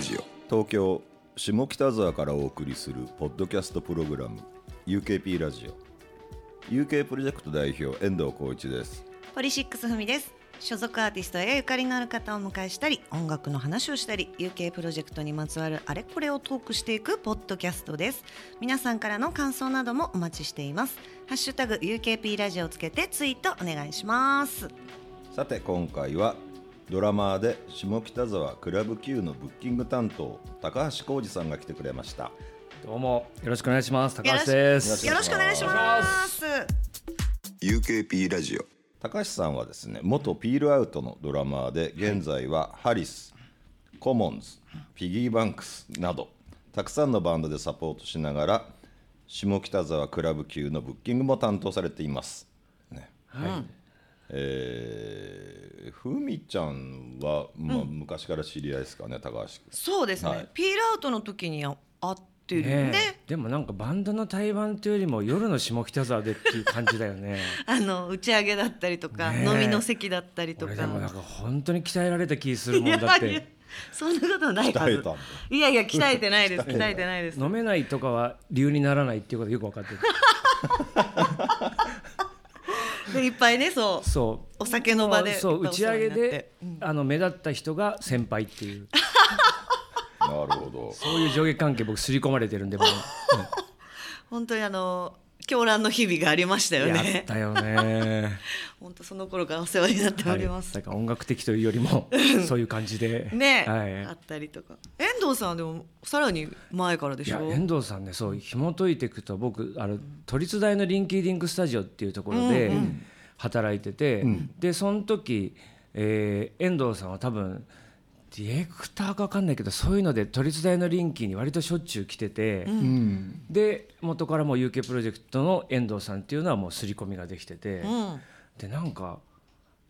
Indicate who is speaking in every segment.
Speaker 1: 東京下北沢からお送りするポッドキャストプログラム UKP ラジオ UK プロジェクト代表遠藤浩一です
Speaker 2: ポリシックスふみです所属アーティストやゆかりのある方をお迎えしたり音楽の話をしたり UK プロジェクトにまつわるあれこれをトークしていくポッドキャストです皆さんからの感想などもお待ちしていますハッシュタグ UKP ラジオをつけてツイートお願いします
Speaker 1: さて今回はドラマーで下北沢クラブ Q のブッキング担当高橋浩二さんが来てくれました
Speaker 3: どうもよろしくお願いします
Speaker 2: よ
Speaker 3: 高
Speaker 2: ろし
Speaker 3: 橋です
Speaker 2: よろしくお願いします。
Speaker 4: UKP ラジオ
Speaker 1: 高橋さんはですね元ピールアウトのドラマーで現在はハリス、コモンズピギーバンクスなどたくさんのバンドでサポートしながら下北沢クラブ級のブッキングも担当されています。ねはいえーふみちゃんは、まあ、昔から知り合いですかね、高橋君。
Speaker 2: そうですね、
Speaker 1: はい
Speaker 2: ピールアウトの時に会ってるんで、
Speaker 3: ねえでもなんかバンドの対バンというよりも夜の下北沢でっていう感じだ よね
Speaker 2: あの打ち上げだったりとか、
Speaker 3: ねえ
Speaker 2: 飲みの席だったりとか
Speaker 3: 俺でもなんか本当に鍛えられた気するもんだっ
Speaker 2: いやいや
Speaker 3: て
Speaker 2: そんなことないは
Speaker 1: 鍛え
Speaker 2: ず
Speaker 1: たんだ
Speaker 2: いやいや鍛えてない です鍛えてないです
Speaker 3: 飲めないとかは理由にならないっていうことよく分か ってる
Speaker 2: でいっぱいねそう
Speaker 3: そう
Speaker 2: お酒の場で
Speaker 3: もうそ
Speaker 2: い
Speaker 3: う打
Speaker 2: っ
Speaker 3: ち
Speaker 2: ぱ
Speaker 3: 上
Speaker 2: いお世話にな
Speaker 3: げ
Speaker 2: って
Speaker 3: で、あの目立った人が先輩っていう
Speaker 1: なるほど。
Speaker 3: そういう上下関係僕刷り込まれてるんでもう
Speaker 2: 本当にあの狂乱の日々がありましたよ
Speaker 3: や
Speaker 2: ね
Speaker 3: ったよね
Speaker 2: 本当その頃からお世話になっております、
Speaker 3: はい、だから音楽的というよりもそういう感じで
Speaker 2: ね、あ
Speaker 3: は
Speaker 2: ったりとか遠藤さんはでもさらに前からで
Speaker 3: い、い
Speaker 2: し
Speaker 3: や
Speaker 2: ょ
Speaker 3: 遠藤さんねそう紐解いていくと僕あの都立大のリンキーディングスタジオっていうところで働いてて、でその時、えー遠藤さんは多分ディレクターか分かんないけどそういうので都立大のリンキーに割としょっちゅう来てて、で元からもう UK プロジェクトの遠藤さんっていうのはもう刷り込みができてて。
Speaker 2: うん
Speaker 3: でなんか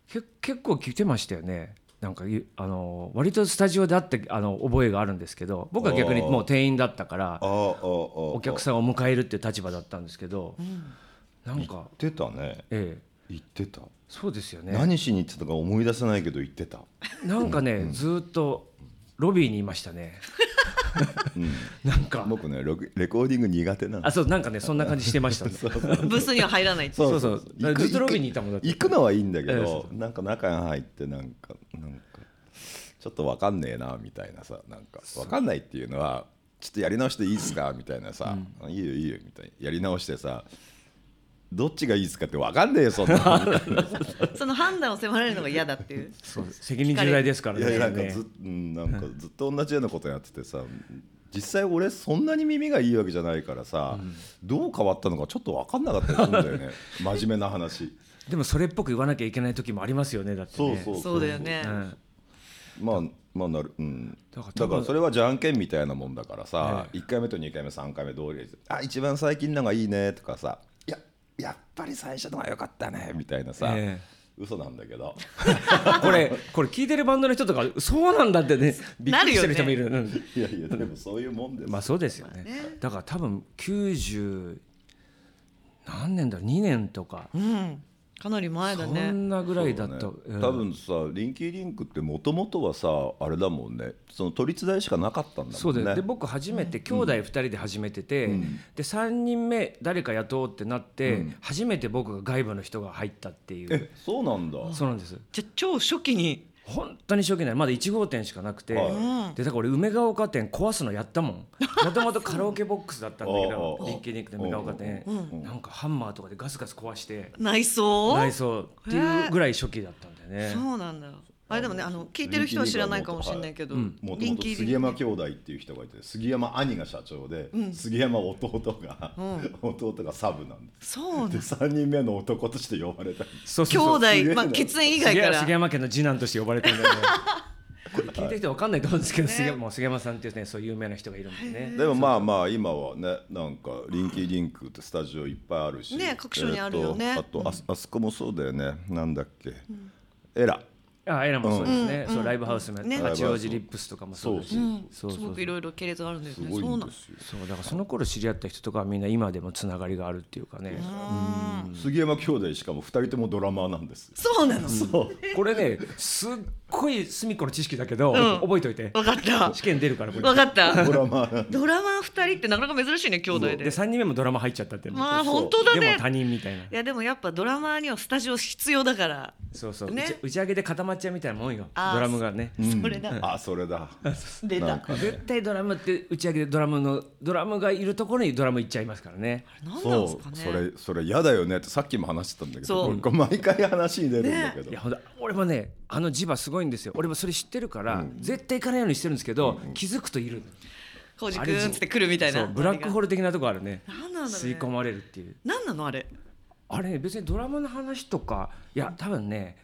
Speaker 3: け結構来てましたよねなんかゆあの割とスタジオであってあの覚えがあるんですけど僕は逆に
Speaker 1: おー
Speaker 3: もう店員だったから
Speaker 1: ああ、ああ、お
Speaker 3: お客さんを迎えるっていう立場だったんですけど、なんか、
Speaker 1: 言ってたね。
Speaker 3: ええ、
Speaker 1: 言ってた。
Speaker 3: そうですよね
Speaker 1: 何しに行ってたか思い出せないけど言ってた。
Speaker 3: なんかねずーっとロビーにいましたねなんか
Speaker 1: 僕ね、ログレコーディング苦手なの
Speaker 3: あ。そうなんかねそんな感じしてましたね
Speaker 2: ブースには入らないって
Speaker 3: そうそうだからずっとロビーにいたもんだって
Speaker 1: 行くのはいいんだけ
Speaker 3: ええそう
Speaker 1: ど、なんか中に入ってなんかなんかちょっとわかんねえなみたいなさなんかわかんないっていうのはちょっとやり直していいですかみたいなさ、いいよいいよみたいなやり直してさどっちがいいですかってわかんねえよそんな の
Speaker 2: その判断を迫られるのが嫌だっていう
Speaker 3: そう責任重大ですから
Speaker 1: い
Speaker 3: ね
Speaker 1: やいやなんか
Speaker 3: ね
Speaker 1: ず,、うん、なんかずっと同じようなことやっててさ実際俺そんなに耳がいいわけじゃないからさ、どう変わったのかちょっとわかんなかったりするんだよ ね真面目な話
Speaker 3: でもそれっぽく言わなきゃいけない時もありますよねだってね
Speaker 1: そうそう
Speaker 2: そうだよね、
Speaker 3: うん
Speaker 1: まあまあなるうん
Speaker 3: だ
Speaker 1: だか
Speaker 3: か
Speaker 1: らら
Speaker 3: 多分
Speaker 1: それはじゃんけんみたいなもんだからさ、一1回目と2回目3回目どうりであ一番最近のがいいねとかさいややっぱり最初のが良かったねみたいなさ、
Speaker 3: え
Speaker 1: 嘘なんだけど
Speaker 3: これこれ聞いてるバンドの人とかそうなんだってねびっくりしてる人もいるうん
Speaker 1: いやいやでもそういうもんです、
Speaker 3: まあそうですよね,、だから多分90何年だろう2年とか、
Speaker 2: うん、かなり前だ
Speaker 3: そ
Speaker 2: ね
Speaker 3: んなぐらいだ
Speaker 1: ね
Speaker 3: と、うん
Speaker 1: 多分さリンキーリンクってもともとはさあれだもんねその都立大しかなかったんだ
Speaker 3: そ
Speaker 1: も
Speaker 3: うん
Speaker 1: ね
Speaker 3: でで僕初めて兄弟2人で始めてて、で3人目誰か雇おうってなって、初めて僕が外部の人が入ったっていう
Speaker 1: えそうなんだ
Speaker 3: そうなんです
Speaker 2: じゃあ超初期に
Speaker 3: 本当に初期ないまだ1号店しかなくて、
Speaker 1: は
Speaker 3: でだから俺梅ヶ丘店壊すのやったもんもともとカラオケボックスだったんだけど
Speaker 1: ああ
Speaker 3: リンキーリンクで梅ヶ丘店、なんかハンマーとかでガスガス壊して
Speaker 2: 内装
Speaker 3: 内装っていうぐらい初期だったんだよね、
Speaker 2: そうなんだあれでもねあの聞いてる人は知らないかもしれないけど、
Speaker 1: もと
Speaker 2: リ
Speaker 1: も
Speaker 2: ン
Speaker 1: と
Speaker 2: キー
Speaker 1: 杉山兄弟っていう人がいて杉山兄が社長で、杉山弟が、弟がサブなんです
Speaker 2: そ うなん
Speaker 1: で
Speaker 2: だ
Speaker 1: 3人目の男として呼ばれたり
Speaker 2: 兄
Speaker 3: そうそうそう
Speaker 1: すげ
Speaker 2: 弟
Speaker 1: え
Speaker 2: まあ
Speaker 1: な
Speaker 2: 血縁以外か
Speaker 3: 杉
Speaker 2: ら
Speaker 3: 杉山家の次男として呼ばれたんだよね これ聞いてる人わかんないと思うんですけど、杉山もう杉山さんっていうねそう有名な人がいるんでね
Speaker 1: でもまあまあ今はねなんかリンキーリンクってスタジオいっぱいあるし
Speaker 2: ね各所にあるよね
Speaker 1: えーとあとあそあそこもそうだよねなんだっけ、エラ
Speaker 3: あエラもそうですね、そうライブハウスもやって
Speaker 2: ね
Speaker 3: 八王子リップスとかもそうですしそう
Speaker 2: す
Speaker 3: そう
Speaker 2: ごくいろいろ系列があるんだよ
Speaker 1: す
Speaker 2: ね
Speaker 1: ごい
Speaker 2: そうんな
Speaker 1: で
Speaker 2: んだ
Speaker 1: すよ
Speaker 3: そうだからその頃知り合った人とかはみんな今でもつながりがあるっていうかね、
Speaker 1: 杉山兄弟しかも2人ともドラマーなんです
Speaker 2: そうなの、
Speaker 1: そう
Speaker 3: これねすっこい隅っこの知識だけど、
Speaker 2: うん
Speaker 3: 覚えといて
Speaker 2: 分かった
Speaker 3: 試験出るからこれ
Speaker 2: 分かった
Speaker 1: ドラマー
Speaker 2: ドラマ2人ってなかなか珍しいね兄弟で
Speaker 3: で3人目もドラマ入っちゃったって
Speaker 2: まあ
Speaker 3: そう
Speaker 2: 本当だね
Speaker 3: でも他人みたいない
Speaker 2: やでもやっぱドラマーにはスタジオ必要だから、
Speaker 3: そうそう、
Speaker 2: ね
Speaker 3: 打ち打ち上げで固まっちゃうみたいなもんよ
Speaker 2: あー
Speaker 3: ドラムがね
Speaker 2: それだ
Speaker 1: あそれ だ
Speaker 2: 出た
Speaker 1: なん
Speaker 2: な
Speaker 1: か
Speaker 3: 絶対ドラムって打ち上げでドラムのドラムがいるところにドラム行っちゃいますからね
Speaker 2: んなんです
Speaker 1: そ
Speaker 2: か
Speaker 1: う
Speaker 2: ね
Speaker 1: それそれ嫌だよねってさっきも話してたんだけ
Speaker 2: そ
Speaker 1: ど
Speaker 2: う
Speaker 1: これ毎回話に出るんだけど、
Speaker 3: いやほんと俺もねあの磁場すごいんですよ俺もそれ知ってるから、絶対行かないようにしてるんですけど、気づくといる
Speaker 2: 浩二君っつって来るみたい
Speaker 3: そ
Speaker 2: な
Speaker 3: うブラックホ
Speaker 2: ル
Speaker 3: ール的なとこあるね
Speaker 2: 何なんだろう
Speaker 3: 吸い
Speaker 2: ね
Speaker 3: 込まれるっていう
Speaker 2: 何なのあれ
Speaker 3: あれね別にドラマの話とかいや多分ね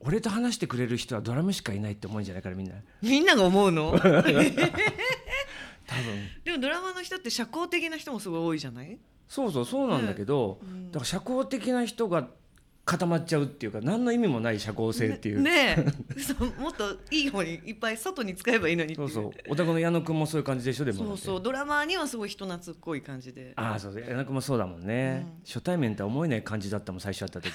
Speaker 3: 俺と話してくれる人はドラムしかいないって思うんじゃないからみんな
Speaker 2: みんなが思う の でもドラマの人って社交的な人もすごい多いじゃない
Speaker 3: そうそうそうなんだけど、だから社交的な人が固まっちゃうっていうか何の意味もない社交性っていう、
Speaker 2: ねえそうもっといい方にいっぱい外に使えばいいのにって
Speaker 3: そ
Speaker 2: いうう
Speaker 3: そうお宅の矢野くんもそういう感じでしょでも
Speaker 2: そうそうドラマーにはすごい人懐っこい感じで
Speaker 3: ああそうそう矢野くんもそうだもんね、初対面とは思えない感じだったもん最初 会った時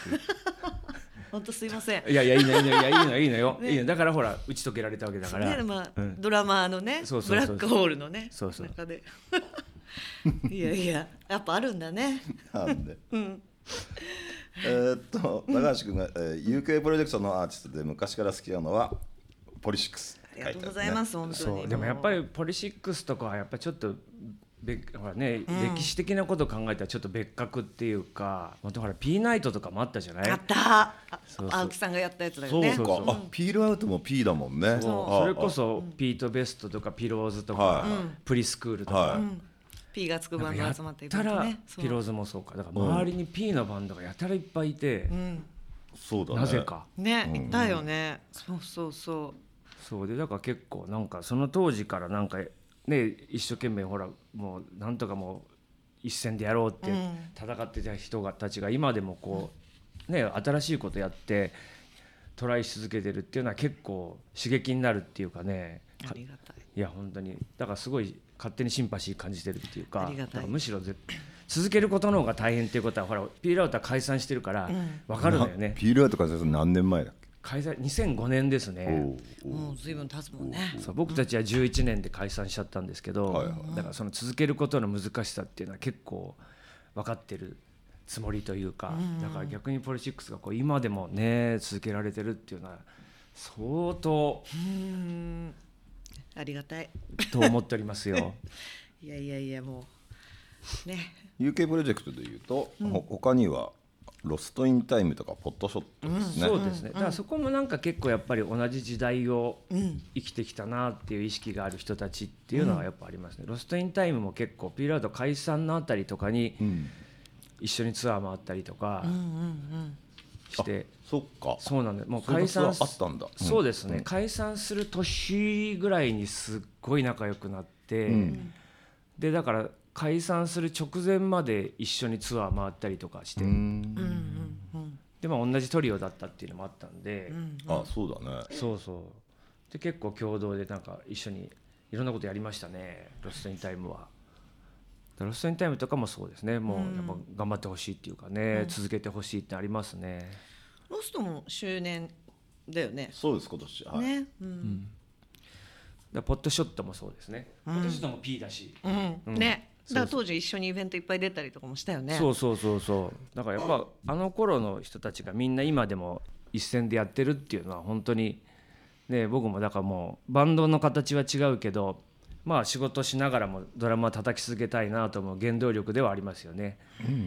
Speaker 2: 本当すいません
Speaker 3: いやいやいいのいいのいやいいのいいのよ、いいのだからほら打ち解けられたわけだから、
Speaker 2: ねまあ
Speaker 3: うん
Speaker 2: ドラマーのね
Speaker 3: そう
Speaker 2: ブ
Speaker 3: そう
Speaker 2: ラ
Speaker 3: そう
Speaker 2: ックホールのね
Speaker 3: そうそう
Speaker 2: 中で いやいややっぱあるんだね
Speaker 1: なん で、えーっと高橋君が、えー UK プロジェクトのアーティストで昔から好きなのはポリシックス
Speaker 2: ありがとうございます、本当に
Speaker 3: そうでもやっぱりポリシックスとかはやっぱちょっとべほらね、歴史的なことを考えたらちょっと別格っていうか本当ほらピーナイトとかもあったじゃない
Speaker 2: やったあ
Speaker 3: そうそう
Speaker 2: 青木さんがやったやつだよ
Speaker 1: そう
Speaker 2: ね
Speaker 1: か、
Speaker 3: そうそう
Speaker 1: あピールアウトも P だもんね
Speaker 3: そうそれこそピートベストとかピローズとか
Speaker 1: はい
Speaker 3: プリスクールと
Speaker 1: ああは
Speaker 3: か
Speaker 1: い、
Speaker 2: P がつく
Speaker 3: な
Speaker 2: バ
Speaker 3: ん
Speaker 2: ン
Speaker 3: かや
Speaker 2: ド
Speaker 3: っ
Speaker 2: 集まってい
Speaker 3: たら
Speaker 2: そう
Speaker 3: ピローズもそうかだから周りに P のバンドがやたらいっぱいいて
Speaker 2: うん
Speaker 1: そうだね
Speaker 3: なぜか
Speaker 2: ねいたよね、そうそうそ
Speaker 3: そうでだから結構なんかその当時からなんかね一生懸命ほらもうなんとかもう一戦でやろうって
Speaker 2: うん
Speaker 3: 戦ってた人がたちが今でもこうね新しいことやってトライし続けてるっていうのは結構刺激になるっていうかね
Speaker 2: う
Speaker 3: か
Speaker 2: ありがたい
Speaker 3: いや本当にだからすごい勝手にシンパシー感じてるっていう
Speaker 2: あ
Speaker 3: か
Speaker 2: りがたい
Speaker 3: だからむしろぜ続けることの方が大変っていうことはほらピールアウトは解散してるから分かるのよね、
Speaker 1: ピールアウトから先生何年前だっけ
Speaker 3: 解散2005年ですね。
Speaker 1: おうおう
Speaker 2: もう随分経つもんね
Speaker 3: そう僕たちは11年で解散しちゃったんですけど、
Speaker 1: はいは
Speaker 3: だからその続けることの難しさっていうのは結構分かってるつもりというか、だから逆にポリシックスがこう今でもね続けられてるっていうのは相当
Speaker 2: ありがたい
Speaker 3: と思っておりますよ。
Speaker 2: いやいやいやもうね
Speaker 1: UK プロジェクトでいうと、ほ他にはロストインタイムとかポットショットですね、
Speaker 3: そうですね、だからそこもなんか結構やっぱり同じ時代を生きてきたなっていう意識がある人たちっていうのはやっぱありますね、ロストインタイムも結構ピールアウト解散のあたりとかに一緒にツアー回ったりとかして、
Speaker 1: そっか
Speaker 3: そうなんですもう
Speaker 1: そういうこ
Speaker 3: 解
Speaker 1: とは
Speaker 3: 散す
Speaker 1: あったんだうん
Speaker 3: そうですね、解散する年ぐらいにすっごい仲良くなって、でだから解散する直前まで一緒にツアー回ったりとかして、
Speaker 1: うん
Speaker 3: でまあ同じトリオだったっていうのもあったんで、
Speaker 1: あそうだね
Speaker 3: そうそうで結構共同でなんか一緒にいろんなことやりましたねロストインタイムは。ロストインタイムとかもそうですねもうやっぱ頑張ってほしいっていうかね、続けてほしいってありますね。
Speaker 2: ロストも周年だよね
Speaker 1: そうです今年はい、
Speaker 2: ね、うん
Speaker 3: だからポットショットもそうですね、ポットショットも P だし、
Speaker 2: うんねだから当時一緒にイベントいっぱい出たりとかもしたよね
Speaker 3: そうそうそうそうだからやっぱあの頃の人たちがみんな今でも一線でやってるっていうのは本当にね僕もだからもうバンドの形は違うけどまあ仕事しながらもドラマは叩き続けたいなと思う原動力ではありますよね、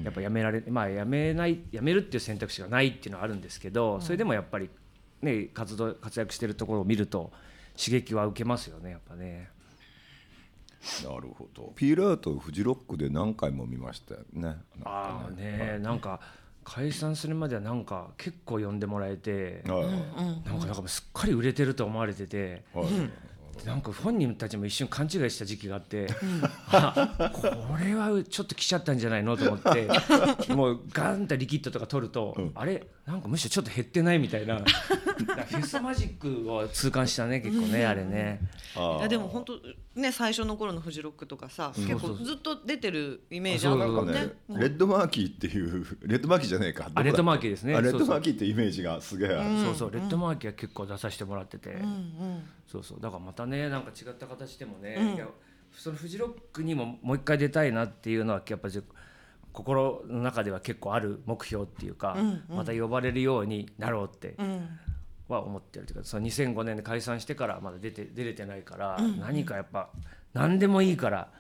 Speaker 3: やっぱやめられまあやめないやめるっていう選択肢がないっていうのはあるんですけど、それでもやっぱりね活動活躍してるところを見ると刺激は受けますよねやっぱね。
Speaker 1: なるほどピールアウトをフジロックで何回も見ましたよね
Speaker 3: ああねなんか解散するまではなんか結構呼んでもらえて
Speaker 1: はいはい
Speaker 3: なんかなんかすっかり売れてると思われてて。
Speaker 1: はい
Speaker 3: なんか本人たちも一瞬勘違いした時期があって、あこれはちょっと来ちゃったんじゃないのと思ってもうガンってリキッドとか取ると、あれなんかむしろちょっと減ってないみたいな なんかフェスマジックを痛感したね結構ねあれね
Speaker 1: あ
Speaker 2: い
Speaker 1: ー
Speaker 2: やでも本当ね最初の頃のフジロックとかさ、結構ずっと出てるイメージあ
Speaker 3: そ
Speaker 2: る
Speaker 3: うそう
Speaker 1: な
Speaker 2: も
Speaker 1: ん
Speaker 2: ん
Speaker 1: か
Speaker 2: ね
Speaker 1: ね、レッドマーキーっていう レッドマーキーじゃねえか
Speaker 3: あレッドマー
Speaker 1: キ
Speaker 3: キーですね
Speaker 1: あレッ
Speaker 3: そう
Speaker 1: ド
Speaker 3: そ
Speaker 1: マー
Speaker 3: う
Speaker 1: キーってイメージがすげえある
Speaker 3: そうそうレッドマーキーは結構出させてもらってて、そうそうだからまたねなんか違った形でもね、いやそのフジロックにももう一回出たいなっていうのはやっぱじ心の中では結構ある目標っていうか、また呼ばれるようになろうっては思ってるというかその2005年で解散してからまだ出て出れてないから、何かやっぱ何でもいいから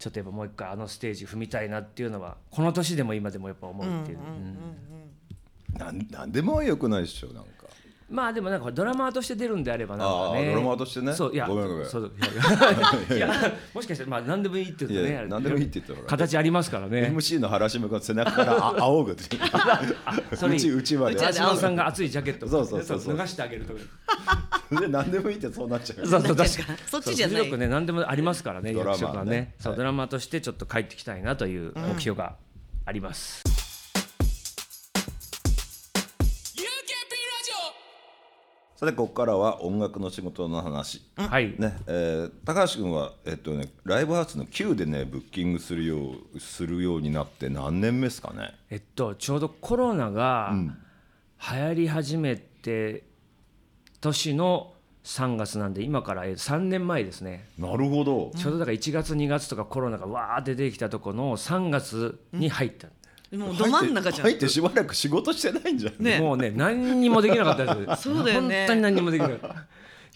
Speaker 3: ちょっとやっぱもう一回あのステージ踏みたいなっていうのはこの年でも今でもやっぱ思うっていう。うん
Speaker 1: なんなんでもよくないっしょなんか
Speaker 3: まあでもなんかドラマーとして出るんであればなんか
Speaker 1: あ
Speaker 3: ね
Speaker 1: ードラマーとしてね
Speaker 3: そういや
Speaker 1: ごめんごめん
Speaker 3: そ ういやいやもしかしたらまあ何でもいいって言うと
Speaker 1: い
Speaker 3: ね
Speaker 1: や何でもいいって言ったら
Speaker 3: 形ありますからね
Speaker 1: MC の原島君の背中からあ青が出てきた
Speaker 3: それ
Speaker 1: うちうちまで
Speaker 3: 橋本さんが熱いジャケット
Speaker 1: そうそうそうそう
Speaker 3: 脱がしてあげるとか
Speaker 1: で何でもいいってそう なっちゃう
Speaker 3: そうそう
Speaker 2: なっ
Speaker 3: 確
Speaker 2: ちゃう
Speaker 3: か
Speaker 2: から
Speaker 3: に
Speaker 2: そっちじゃない
Speaker 3: そうよくね何でもありますからね
Speaker 1: ドラマ
Speaker 3: 役
Speaker 1: はね
Speaker 3: 職はねそう
Speaker 1: はい
Speaker 3: ドラマーとしてちょっと帰ってきたいなという目標があります
Speaker 1: さてここからは音楽の仕事の話
Speaker 3: はい
Speaker 1: ねえー高橋君は、えっとね、ライブハウスの Q でねブッキングするようするようになって何年目ですかね
Speaker 3: えっとちょうどコロナが流行り始めて年の3月なんで今から3年前ですね
Speaker 1: なるほど
Speaker 3: ちょうどだから1月2月とかコロナがわーって出てきたとこの3月に入った、
Speaker 2: もうど真ん中じゃん
Speaker 1: 入って入ってしばらく仕事してないんじゃん、
Speaker 2: ね
Speaker 3: もうね何にもできなかったです
Speaker 2: そうだよね
Speaker 3: 本当に何にもできなかった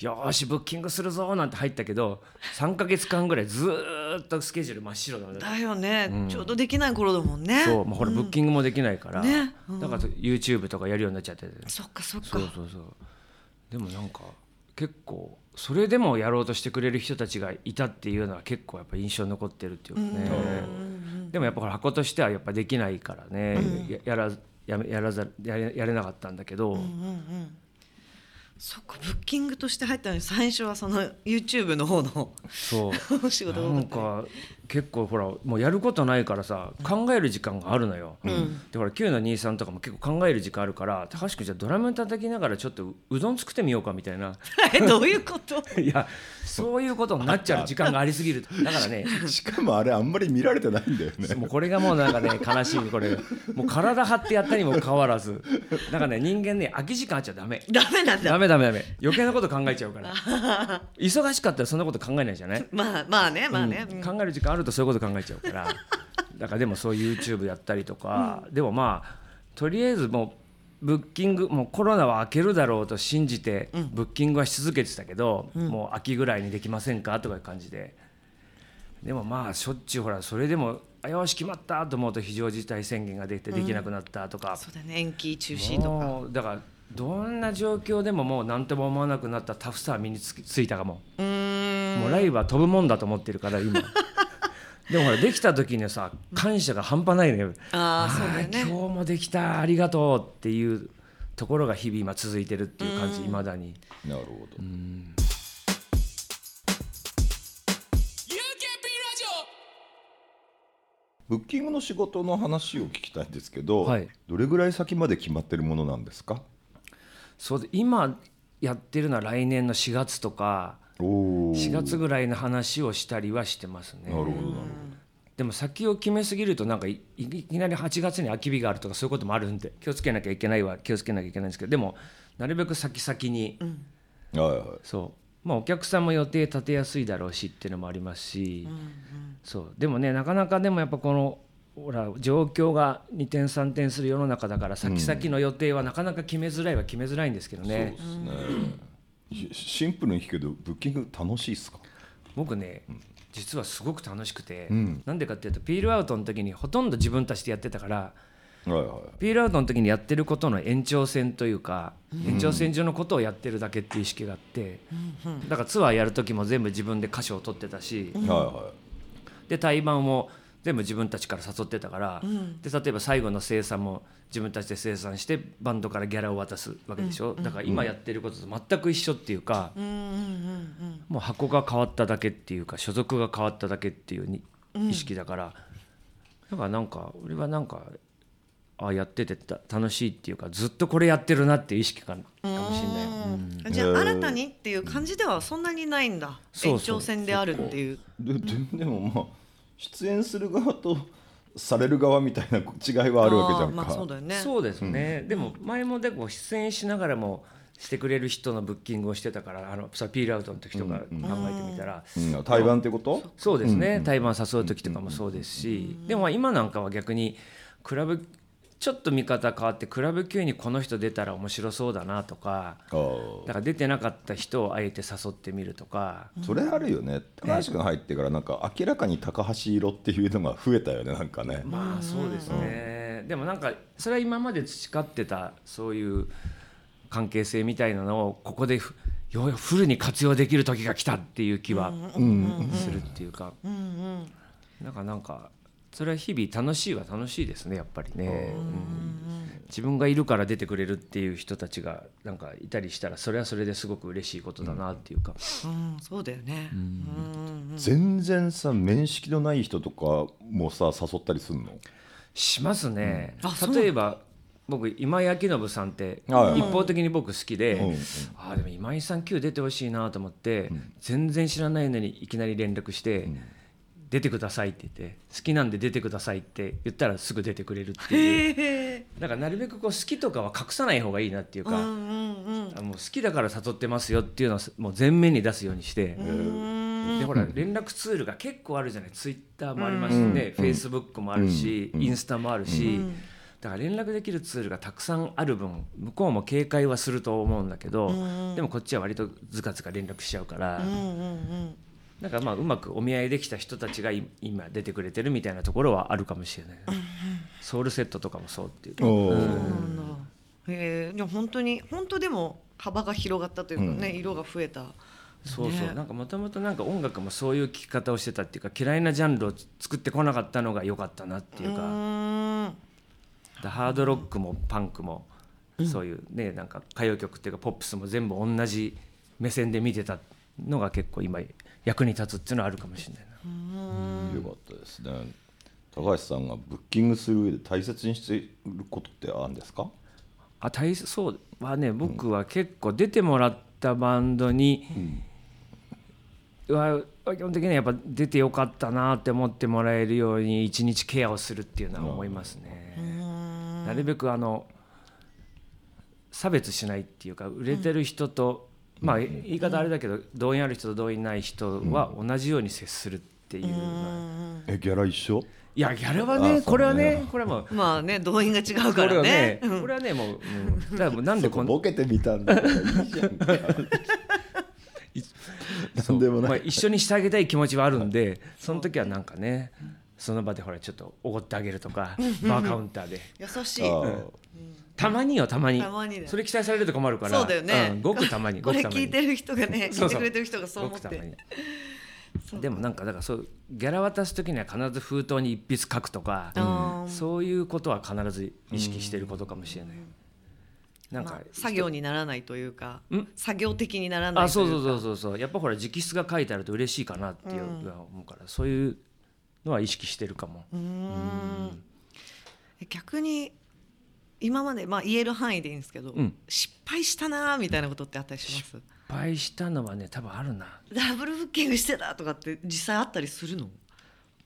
Speaker 3: よーしブッキングするぞーなんて入ったけど3か月間ぐらいずーっとスケジュール真っ白なんだ
Speaker 2: だよね、ちょうどできない頃だもんね
Speaker 3: そうもうほらブッキングもできないから、
Speaker 2: ね
Speaker 3: だから YouTube とかやるようになっちゃってて
Speaker 2: そっかそっか
Speaker 3: そうそうそうでもなんか結構それでもやろうとしてくれる人たちがいたっていうのは結構やっぱ印象に残ってるっていうかねでもやっぱほら箱としてはやっぱできないからね、ややらやめやらざやれやれなかったんだけど、
Speaker 2: そっかブッキングとして入ったのに最初はその YouTube の方の
Speaker 3: そう
Speaker 2: お仕事が多か
Speaker 3: なん
Speaker 2: った
Speaker 3: か結構ほらもうやることないからさ考える時間があるのよ、でほら Q の兄さんとかも結構考える時間あるから高橋君じゃあドラム叩きながらちょっとううどん作ってみようかみたいな
Speaker 2: えどういうこと
Speaker 3: いやそういうことになっちゃう時間がありすぎるとだからね
Speaker 1: しかもあれあんまり見られてないんだよね
Speaker 3: もうこれがもうなんかね悲しいこれもう体張ってやったにもかかわらずなんかね人間ね空き時間あっちゃダメ
Speaker 2: ダメなんだ
Speaker 3: ダメダメダメ余計なこと考えちゃうから忙しかったらそんなこと考えないじゃない
Speaker 2: まあまあねまあね、
Speaker 3: う
Speaker 2: うんん
Speaker 3: 考える時間あるとそういうこと考えちゃうからだからでもそういう YouTube やったりとか、でもまあとりあえずもうブッキングもうコロナは明けるだろうと信じてブッキングはし続けてたけど、もう秋ぐらいにできませんかとかいう感じででもまあしょっちゅうほらそれでもあよし決まったと思うと非常事態宣言が出てできなくなったとか、
Speaker 2: そうだね延期中止とか
Speaker 3: もうだからどんな状況でももう何とも思わなくなったタフさは身につきついたかももうライブは飛ぶもんだと思ってるか ら今でもほらできた時にはさ感謝が半端ないね
Speaker 2: ああそうだよ
Speaker 3: あー
Speaker 2: ね
Speaker 3: 今日もできたありがとうっていうところが日々今続いてるっていう感じいまだに
Speaker 1: なるほどブッキングの仕事の話を聞きたいんですけど、
Speaker 3: はい
Speaker 1: どれぐらい先まで決まってるものなんですか
Speaker 3: そうで今やってるのは来年の4月とか
Speaker 1: お
Speaker 3: 4月ぐらいの話をしたりはしてますね
Speaker 1: なるほどなるほど
Speaker 3: でも先を決めすぎるとなんかいいいきなり8月に空き日があるとかそういうこともあるんで気をつけなきゃいけないは気をつけなきゃいけないんですけどでもなるべく先々に、
Speaker 1: はいはい
Speaker 3: そうまあお客さんも予定立てやすいだろうしっていうのもありますし、そうでもねなかなかでもやっぱこのほら状況が二転三転する世の中だから先々の予定はなかなか決めづらいは決めづらいんですけどね。
Speaker 1: ですね、しシンプルに聞くけどブッキング楽しいっすか
Speaker 3: 僕ね、実はすごく楽しくて、なんでかっていうとピールアウトの時にほとんど自分たちでやってたから
Speaker 1: はいはい
Speaker 3: ピールアウトの時にやってることの延長線というか、延長線上のことをやってるだけっていう意識があって、だからツアーやる時も全部自分で歌詞を取ってたし、
Speaker 1: はいは
Speaker 3: で対バンも全部自分たちから誘ってたから、で例えば最後の生産も自分たちで生産してバンドからギャラを渡すわけでしょ、だから今やってることと全く一緒っていうか、もう箱が変わっただけっていうか所属が変わっただけっていうに意識だから、だからなんか俺はなんかあやっててた楽しいっていうかずっとこれやってるなっていう意識かなかもしれない、うん
Speaker 2: じゃあ新たにっていう感じではそんなにないんだ、
Speaker 3: そうそう
Speaker 2: 延長戦であるっていう
Speaker 1: でででもまあ出演する側とされる側みたいな違いはあるわけじゃんか、
Speaker 2: あーまあそうだよね
Speaker 3: そうですね、でも前もでこう出演しながらもしてくれる人のブッキングをしてたからあのさピールアウトの時とか考えてみたら、
Speaker 1: うん対バンってこと
Speaker 3: そうですね、対バン誘う時とかもそうですし、でもまあ今なんかは逆にクラブちょっと見方変わってクラブ級にこの人出たら面白そうだなとか
Speaker 1: あー
Speaker 3: だから出てなかった人をあえて誘ってみるとか、
Speaker 1: それあるよね高橋君入ってからなんか明らかに高橋色っていうのが増えたよねなんかね、
Speaker 3: まあそうですね、でもなんかそれは今まで培ってたそういう関係性みたいなのをここでふようやくフルに活用できる時が来たっていう気はするっていうか、なんかなんかそれは日々楽しいは楽しいですねやっぱりね、うん自分がいるから出てくれるっていう人たちがなんかいたりしたらそれはそれですごく嬉しいことだなっていうか、
Speaker 2: うんそうだよねうん
Speaker 1: 全然さ面識のない人とかもさ誘ったりすんの
Speaker 3: しますね、
Speaker 2: うんあそう
Speaker 3: 例えば僕今井明信さんって一
Speaker 1: はい
Speaker 3: 方的に僕好きで、
Speaker 1: うん
Speaker 3: あーでも今井さん今日出てほしいなと思って、全然知らないのにいきなり連絡して、出てくださいって言って好きなんで出てくださいって言ったらすぐ出てくれるっていうだからなるべくこう好きとかは隠さない方がいいなっていうか、あもう好きだから誘ってますよっていうのはもう前面に出すようにして。でほら連絡ツールが結構あるじゃないツイッターもありますしねフェイスブックもあるし、インスタもあるし、だから連絡できるツールがたくさんある分向こうも警戒はすると思うんだけど、でもこっちは割とずかずか連絡しちゃうから、なんかまあうまくお見合いできた人たちがい今出てくれてるみたいなところはあるかもしれない、ソウルセットとかもそうっていうか
Speaker 1: おー
Speaker 2: なんだへえでも本当に本当でも幅が広がったというかね、色が増えた
Speaker 3: そうそう、
Speaker 2: ね
Speaker 3: なんかもともとなんか音楽もそういう聴き方をしてたっていうか嫌いなジャンルを作ってこなかったのが良かったなっていうか。
Speaker 2: うん
Speaker 3: でハードロックもパンクもそういうねなんか歌謡曲っていうかポップスも全部同じ目線で見てたのが結構今役に立つっていうのはあるかもしれないな。
Speaker 1: よかったですね高橋さんがブッキングする上で大切にしていることってあるんですか
Speaker 3: あ大そうはね僕は結構出てもらったバンドに、は基本的にはやっぱ出てよかったなって思ってもらえるように一日ケアをするっていうのは思いますね。なるべくあの差別しないっていうか売れてる人と、まあ言い方あれだけど動員ある人と動員ない人は同じように接するっていうのは、
Speaker 1: えギャラ一緒
Speaker 3: いやギャラは
Speaker 1: あそう
Speaker 3: ね
Speaker 1: ね
Speaker 3: これはねこれはもう
Speaker 2: まあね動員が違う
Speaker 3: こ
Speaker 2: か
Speaker 3: れ
Speaker 2: ら
Speaker 3: は
Speaker 2: ね
Speaker 3: ねこれはねもう、うん、だからもうなんでこん
Speaker 1: ボケてみたんだからいいじゃんか
Speaker 3: そう
Speaker 1: 何でもない
Speaker 3: まあ、一緒にしてあげたい気持ちはあるんでその時はなんかねその場でほらちょっとおごってあげるとかバーカウンターで
Speaker 2: 優しい
Speaker 1: あ
Speaker 2: そ
Speaker 1: ー
Speaker 3: たまによたまに
Speaker 2: たまにね
Speaker 3: それ期待されると困るから
Speaker 2: うだよね、
Speaker 3: んごくたまに
Speaker 2: こ
Speaker 3: ご
Speaker 2: れ
Speaker 3: くたまに
Speaker 2: 聞いてる人がね聞
Speaker 3: そ
Speaker 2: いて
Speaker 3: うそう
Speaker 2: くれてる人がそう思っ
Speaker 3: ごくたま
Speaker 2: て
Speaker 3: にでもなんかだからそうギャラ渡す時には必ず封筒に一筆書くとか、
Speaker 2: あー
Speaker 3: そういうことは必ず意識してることかもしれない、なんか、
Speaker 2: まあ作業にならないというか
Speaker 3: ん
Speaker 2: 作業的にならない
Speaker 3: あ
Speaker 2: とい
Speaker 3: そう
Speaker 2: う
Speaker 3: そ
Speaker 2: か
Speaker 3: うそうそうそうやっぱほら直筆が書いてあると嬉しいかなっていうのは思うから、そういうのは意識してるかも、
Speaker 2: 逆に今までまあ言える範囲でいいんですけど、
Speaker 3: ん
Speaker 2: 失敗したなーみたいなことってあったりします
Speaker 3: 失敗したのはね多分あるな
Speaker 2: ダブルブッキングしてたとかって実際あったりするの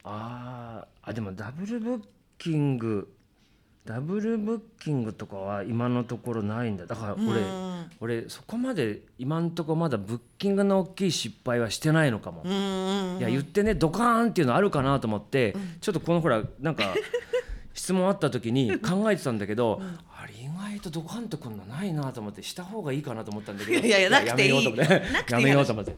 Speaker 3: あーあでもダブルブッキングダブルブッキングとかは今のところないんだだから俺俺そこまで今のところまだブッキングの大きい失敗はしてないのかも、いや言ってねドカーンっていうのあるかなと思って、ちょっとこのほらなん か質問あった時に考えてたんだけど、あれ意外とドカンとくんのないなと思ってした方がいいかなと思ったんだけど
Speaker 2: いやいやなくていい
Speaker 3: やめようと思って
Speaker 2: なくていい
Speaker 3: や
Speaker 2: 話
Speaker 3: めようと思って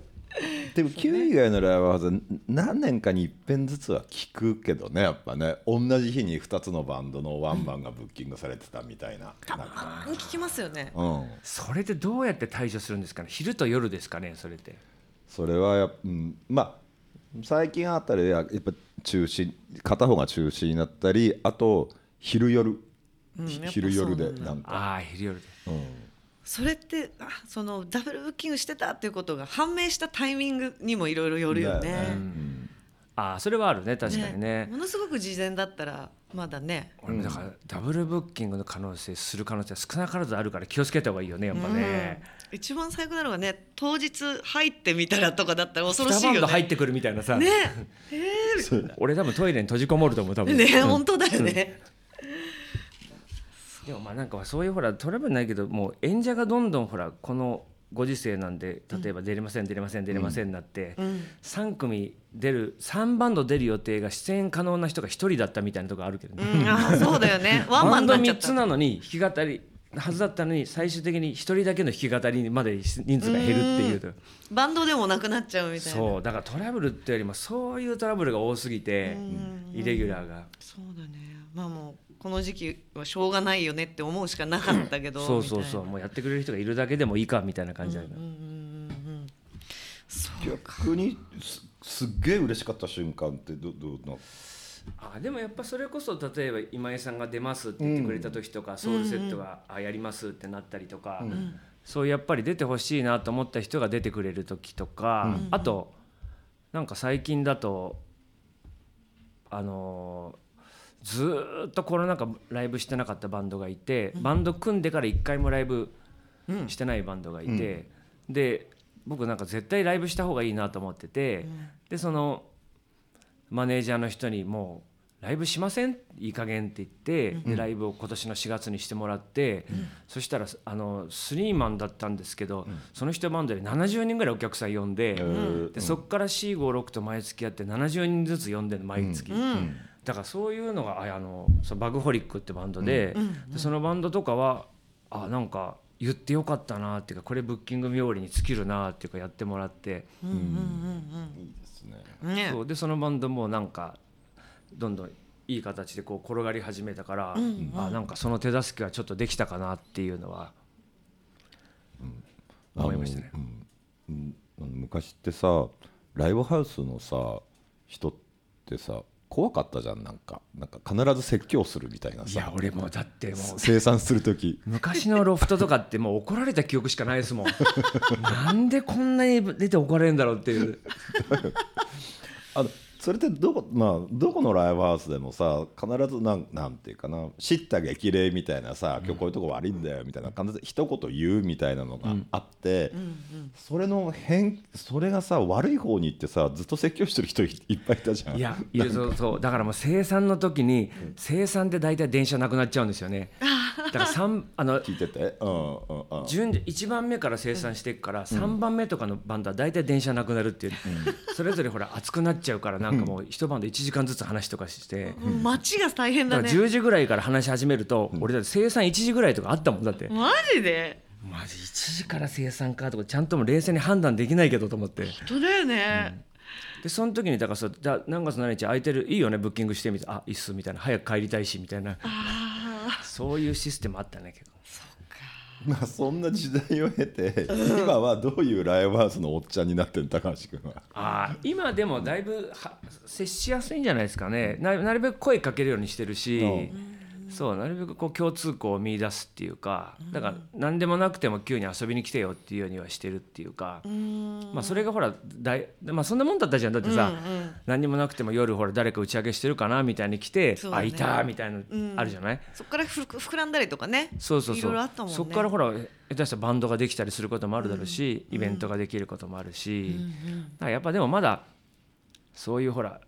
Speaker 1: でも9以外のライブは何年かに一遍ずつは聞くけどねやっぱね同じ日に2つのバンドのワンマンがブッキングされてたみたいななんか
Speaker 2: あー聞きますよね
Speaker 1: うん、
Speaker 3: それでどうやって対処するんですかね昼と夜ですかねそれって。
Speaker 1: それはやっ、うん、まあ最近あたりはやっぱ中止片方が中止になったりあと昼夜、ひ
Speaker 2: やっぱ
Speaker 1: 昼夜で
Speaker 2: そうなん
Speaker 1: な
Speaker 2: だ
Speaker 1: んか
Speaker 3: ああ昼夜で
Speaker 2: それってあそのダブルブッキングしてたっていうことが判明したタイミングにもいろいろよるよね
Speaker 1: だよね
Speaker 3: ああそれはあるね確かにね
Speaker 2: ものすごく事前だったらまだね
Speaker 3: 俺もだからダブルブッキングの可能性する可能性は少なからずあるから気をつけた方がいいよねやっぱね、
Speaker 2: 一番最悪なのはね当日入ってみたらとかだったら恐ろ
Speaker 3: 二
Speaker 2: しい
Speaker 3: バン
Speaker 2: よ
Speaker 3: ド
Speaker 2: ね
Speaker 3: 入ってくるみたいなさ、
Speaker 2: ね
Speaker 3: 俺多分トイレに閉じこもると思う多分、
Speaker 2: ね本当だよね
Speaker 3: でもまあなんかそういうほらトラブルないけどもう演者がどんどんほらこのご時世なんで例えば出れません出れません出れませんになって、3組出る3バンド出る予定が出演可能な人が1人だったみたいなとこあるけどね、
Speaker 2: うんあーそうだよ ねワンマ
Speaker 3: バ
Speaker 2: ン
Speaker 3: ン
Speaker 2: に
Speaker 3: ド
Speaker 2: なっちゃっ
Speaker 3: 3つ
Speaker 2: た
Speaker 3: なのに弾き語りはずだったのに最終的に1人だけの弾き語りまで人数が減るっていうと
Speaker 2: バンドでもなくなっちゃうみたいな
Speaker 3: そうだからトラブルってよりもそういうトラブルが多すぎてイレギュラーが。
Speaker 2: そうだねまあもうこの時期はしょうがないよねって思うしかなかったけど
Speaker 3: そうそうそう
Speaker 2: み
Speaker 3: もうやってくれる人がいるだけでもいいかみたいな感じだよね
Speaker 1: 逆にすすっげえ嬉しかった瞬間ってどどうな
Speaker 3: あでもやっぱそれこそ例えば今井さんが出ますって言ってくれた時とか、ソウルセットが、あやりますってなったりとか、そうやっぱり出てほしいなと思った人が出てくれる時とか、あとなんか最近だとあのーずーっとコロナ禍ライブしてなかったバンドがいて、バンド組んでから一回もライブしてないバンドがいて、で僕なんか絶対ライブした方がいいなと思ってて、でそのマネージャーの人にもうライブしませんいい加減って言って、でライブを今年の4月にしてもらって、そしたらあのスリーマンだったんですけど、その人バンドで70人ぐらいお客さん呼んで、
Speaker 1: ん
Speaker 3: でそこから456と毎月やって70人ずつ呼んでる毎月、だからそういうのがああのそうバグホリックってバンドで,、でそのバンドとかはあなんか言ってよかったなっていうかこれブッキング冥利に尽きるなっていうかやってもらって。
Speaker 1: ですね
Speaker 2: たいなね
Speaker 3: そうでそのバンドもなんかどんどんいい形でこう転がり始めたから、あなんかその手助けはちょっとできたかなっていうのは思いましたね
Speaker 1: あ。のうんうん昔ってさライブハウスのさ人ってさ怖かったじゃんなんかなんか必ず説教するみたいない
Speaker 3: や
Speaker 1: さ
Speaker 3: 俺もうだってもう
Speaker 1: 生産する時
Speaker 3: 昔のロフトとかってもう怒られた記憶しかな いですもんなんでこんなに出て怒られるんだろうっていう
Speaker 1: あのそれってどこ,、まあ、どこのライブハウスでもさ必ずなんなんていうかな叱咤激励みたいなさ今日こういうとこ悪いんだよみたいな感じで一言言うみたいなのがあって、それの変それがさ悪い方に行ってさずっと説教してる人いいっぱいいたじゃん。
Speaker 3: いやいやそうそうだからもう生産の時に生産で大体電車なくなっちゃうんですよねだから三あの
Speaker 1: 聞いてて、うんうんうん、
Speaker 3: 順序1番目から生産していくから3番目とかのバンドは大体電車なくなるっていう、それぞれほら熱くなっちゃうからなんかもう一晩で1時間ずつ話とかして、
Speaker 2: もう街が大変
Speaker 3: だ
Speaker 2: だ
Speaker 3: から
Speaker 2: ね
Speaker 3: 10時ぐらいから話し始めると、俺だって生産1時ぐらいとかあったもんだって、
Speaker 2: マジで
Speaker 3: マジ1時から生産かとかちゃんとも冷静に判断できないけどと思って
Speaker 2: 本当だよね、
Speaker 3: でその時にだからそうだ何月何日空いてるいいよねブッキングしてみてあいいっすみたいな早く帰りたいしみたいなそういうシステムあったねけど。
Speaker 1: まあそんな時代を経て今はどういうライブハウスのおっちゃんになってる高橋君は。
Speaker 3: あー今でもだいぶは接しやすいんじゃないですかねななるべく声かけるようにしてるし、そうなるべくこう共通項を見出すっていうかだから何でもなくても急に遊びに来てよっていうようにはしてるっていうか、まあ、それがほらだい、まあ、そんなもんだったじゃんだってさ、何にもなくても夜ほら誰か打ち上げしてるかなみたいに来て、
Speaker 2: そうだ
Speaker 3: あ
Speaker 2: ね
Speaker 3: いたみたいなのあるじゃない、
Speaker 2: そこからふく膨らんだりとかね
Speaker 3: そうそうそ
Speaker 2: ろ
Speaker 3: う
Speaker 2: いろあったもんね
Speaker 3: そこからほら下手したらバンドができたりすることもあるだろうし、イベントができることもあるし、だからやっぱでもまだそういうほら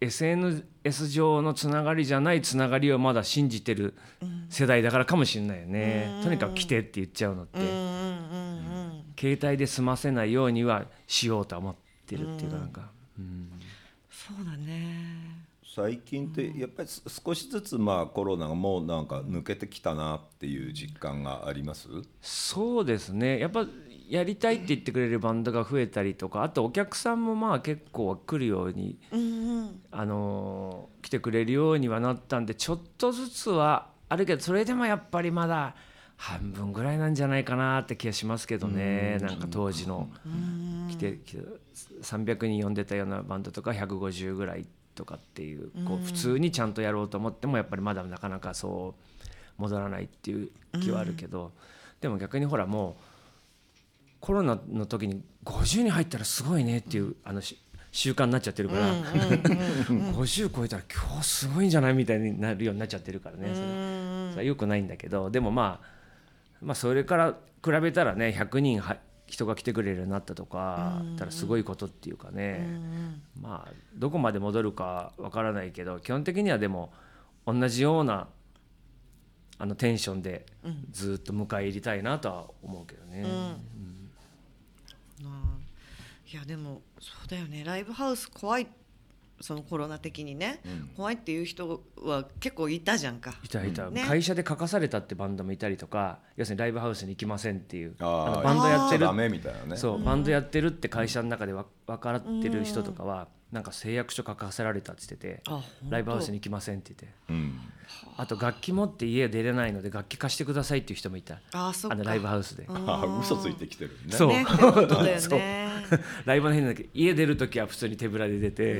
Speaker 3: SNS 上のつながりじゃないつながりをまだ信じてる世代だからかもしれないよね、とにかく来てって言っちゃうのって、
Speaker 2: うんうんうんうん
Speaker 3: 携帯で済ませないようにはしようとは思ってるっていうかなんか、
Speaker 2: そうだね
Speaker 1: 最近ってやっぱりす少しずつまあコロナもなんか抜けてきたなっていう実感があります
Speaker 3: そうですねやっぱやりたいって言ってくれるバンドが増えたりとかあとお客さんもまあ結構来るように
Speaker 2: うんうん
Speaker 3: あのー来てくれるようにはなったんでちょっとずつはあるけどそれでもやっぱりまだ半分ぐらいなんじゃないかなって気がしますけどねなんか当時の来て来て300人呼んでたようなバンドとか150ぐらいとかっていうこう普通にちゃんとやろうと思ってもやっぱりまだなかなかそう戻らないっていう気はあるけどでも逆にほらもうコロナの時に50人入ったらすごいねっていうあのし習慣になっちゃってるから、50超えたら今日すごいんじゃないみたいになるようになっちゃってるからねそれそれはよくないんだけどでもまあまあそれから比べたらね100人は人が来てくれるようになったとかたらすごいことっていうかねまあどこまで戻るかわからないけど基本的にはでも同じようなあのテンションでずっと迎え入りたいなとは思うけどね。
Speaker 2: なあいやでもそうだよねライブハウス怖いそのコロナ的にね、怖いっていう人は結構いたじゃんか
Speaker 3: いたいた、
Speaker 2: ね
Speaker 3: 会社で書かされたってバンドもいたりとか要するにライブハウスに行きませんっていうあ
Speaker 1: あ
Speaker 3: の
Speaker 1: ー
Speaker 3: バンドやってる
Speaker 1: ダメみたいなね
Speaker 3: そう、バンドやってるって会社の中でわ分からってる人とかは、なんか誓約書書かせられたって言ってて
Speaker 2: あほんと
Speaker 3: ライブハウスに行きませんって言って
Speaker 1: うん
Speaker 3: あと楽器持って家出れないので楽器貸してくださいっていう人もいた
Speaker 2: あーそっか
Speaker 3: のライブハウスで、
Speaker 1: あー嘘ついてきてるね
Speaker 3: そう
Speaker 2: ねってことだよね
Speaker 3: ライブの変なんだけど家出る時は普通に手ぶらで出て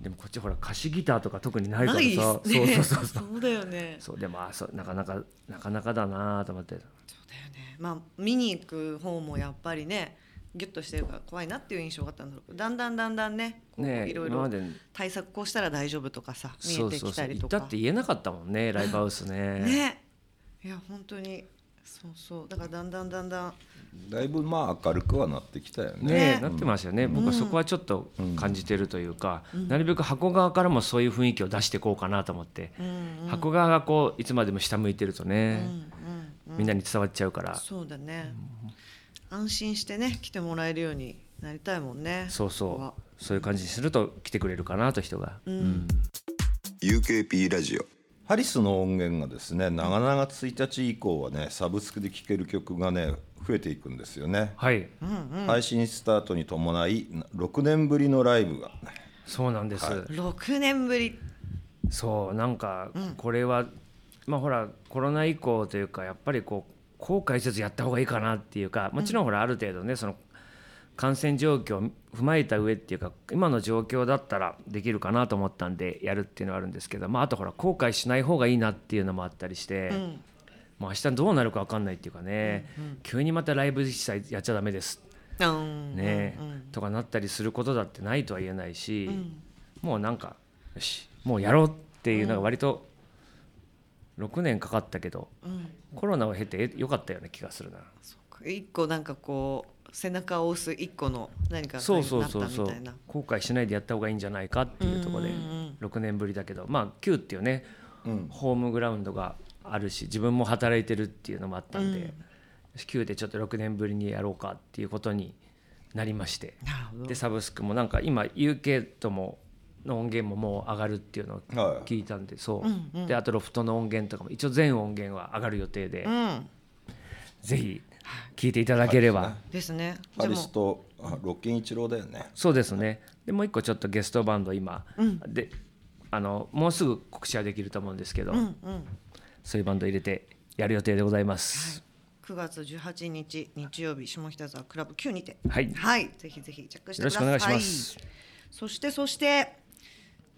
Speaker 3: でもこっちほら貸しギターとか特にないから
Speaker 2: な
Speaker 3: さ
Speaker 2: いっすね
Speaker 3: そうそうそうそう
Speaker 2: そうだよね
Speaker 3: そうでもあそうなかなかなかなかだなと思って
Speaker 2: そうだよねまあ見に行く方もやっぱりねギュッとしてるから怖いなっていう印象があったんだろうけどだんだんだんだんねこう
Speaker 3: ねえ
Speaker 2: いろい
Speaker 3: 今
Speaker 2: ろ
Speaker 3: まで
Speaker 2: 対策こうしたら大丈夫とかさ見
Speaker 3: そ
Speaker 2: え
Speaker 3: う
Speaker 2: て
Speaker 3: そう
Speaker 2: き
Speaker 3: そ
Speaker 2: た
Speaker 3: う
Speaker 2: りと
Speaker 3: 行っ
Speaker 2: か
Speaker 3: たって言えなかったもんねライブハウスね
Speaker 2: ねいや本当にそうそうだからだんだんだんだん
Speaker 1: だいぶまあ明るくはなってきたよね
Speaker 3: ね
Speaker 2: ね
Speaker 3: なってますよね、僕はそこはちょっと感じてるというか、なるべく箱側からもそういう雰囲気を出していこうかなと思って、箱側がこういつまでも下向いてるとね、みんなに伝わっちゃうから、
Speaker 2: そうだね、安心してね来てもらえるようになりたいもんね
Speaker 3: そう
Speaker 2: ここは
Speaker 3: そうそういう感じにすると来てくれるかなと人が、
Speaker 4: UKP ラジオ
Speaker 1: ハリスの音源がですね長々1日以降はねサブスクで聴ける曲がね増えていくんですよね、
Speaker 3: はい
Speaker 1: 配信スタートに伴い6年ぶりのライブが
Speaker 3: そうなんです、
Speaker 2: 6年ぶり
Speaker 3: そうなんかこれは、まあほらコロナ以降というかやっぱりこう後悔せずやった方がいいかなっていうかもちろんほらある程度ねその感染状況を踏まえた上っていうか今の状況だったらできるかなと思ったんでやるっていうのはあるんですけど、まあ、あとほら後悔しない方がいいなっていうのもあったりして、もう明日どうなるか分かんないっていうかね、急にまたライブ実際やっちゃダメです
Speaker 2: うん
Speaker 3: ね、とかなったりすることだってないとは言えないし、もうなんかよしもうやろうっていうのが割と6年かかったけど、コロナを経て良かったような気がするな。
Speaker 2: 一個なんかこう背中を押す一個の何か
Speaker 3: そうそう
Speaker 2: なった
Speaker 3: そうそ
Speaker 2: み
Speaker 3: う
Speaker 2: たいな
Speaker 3: 後悔しないでやった方がいいんじゃないかっていうところで6年ぶりだけどまあ Q っていうね、ホームグラウンドがあるし自分も働いてるっていうのもあったんで、よし Q でちょっと6年ぶりにやろうかっていうことになりまして
Speaker 2: なるほど
Speaker 3: でサブスクもなんか今 UK ともの音源ももう上がるっていうのを
Speaker 1: はい
Speaker 3: 聞いたんで、そう、であとロフトの音源とかも一応全音源は上がる予定で、
Speaker 2: うん
Speaker 3: ぜひ聞いていただければ。
Speaker 2: ですね
Speaker 1: ハ
Speaker 2: で
Speaker 1: リ
Speaker 2: も
Speaker 1: スとあロッキン一郎だよね
Speaker 3: そうですね。でもう一個ちょっとゲストバンド今、で、あのもうすぐ告知はできると思うんですけど、そういうバンド入れてやる予定でございます。
Speaker 2: 9月18日日曜日下北沢クラブ9にて
Speaker 3: はい
Speaker 2: ぜひぜひチェックしてくだ
Speaker 3: よろし
Speaker 2: さ
Speaker 3: く
Speaker 2: い
Speaker 3: お願いします。
Speaker 2: そしてそして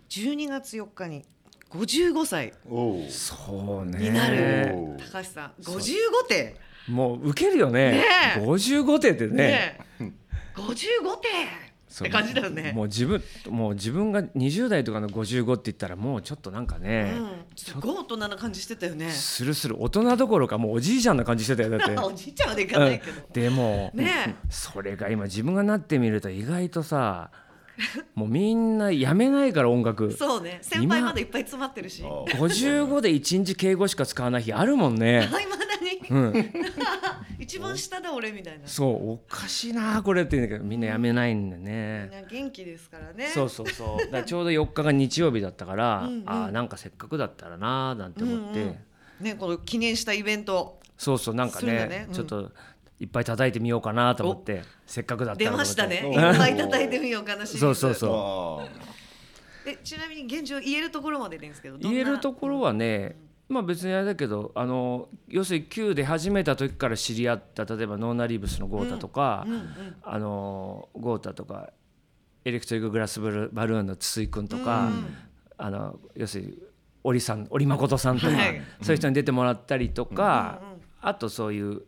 Speaker 2: 12月4日に55歳
Speaker 1: おう
Speaker 3: そうね。
Speaker 2: になる
Speaker 1: おう
Speaker 2: 高橋さん55点
Speaker 3: もう受けるよね
Speaker 2: ね。え
Speaker 3: 五十五点ってね。
Speaker 2: ねえ55点っ
Speaker 3: そう
Speaker 2: て感じだよね
Speaker 3: もう自分もう自分が20代とかの55って言ったらもうちょっとなんかね、
Speaker 2: うんすごい大人な感じしてたよね
Speaker 3: スルスル大人どころかもうおじいちゃんな感じしてたよだって
Speaker 2: おじいちゃんまでいかないけど
Speaker 3: うんでも、
Speaker 2: ね
Speaker 3: それが今自分がなってみると意外と さもうみんなやめないから音楽
Speaker 2: そうね先輩まだいっぱい詰まってるしいま
Speaker 1: あ
Speaker 3: 55で1日敬語しか使わない日あるもん ね
Speaker 2: だに一番下だ俺みたいな
Speaker 3: そうおかしいなこれって言うんだけどみんなやめないんだ
Speaker 2: みん
Speaker 3: ね
Speaker 2: な元気ですからね
Speaker 3: そうそうそうだからちょうど4日が日曜日だったからああなんかせっかくだったらななんて思って、
Speaker 2: ねこの記念したイベント
Speaker 3: そうそうなんか
Speaker 2: するんだ
Speaker 3: ね
Speaker 2: ねうん
Speaker 3: ちょっといっぱい叩いてみようかなと思ってせっかくだった
Speaker 2: 出
Speaker 3: らと思
Speaker 2: ま
Speaker 3: って
Speaker 2: したね
Speaker 1: そう
Speaker 2: いっぱい叩いてみようかなシリーズ
Speaker 3: そうそうそう
Speaker 1: あ
Speaker 2: えちなみに現状言えるところまででいいんですけどどん
Speaker 3: 言
Speaker 2: な
Speaker 3: えるところはね、まあ別にあれだけどあの要するに Q で始めた時から知り合った例えばノーナリーブスの豪太とか、あの豪太とかエレクトリックグラスブルバルーンの筒井君とか、あの要するに織さん織誠さんとか、
Speaker 2: はい
Speaker 3: そういう人に出てもらったりとか、あとそういう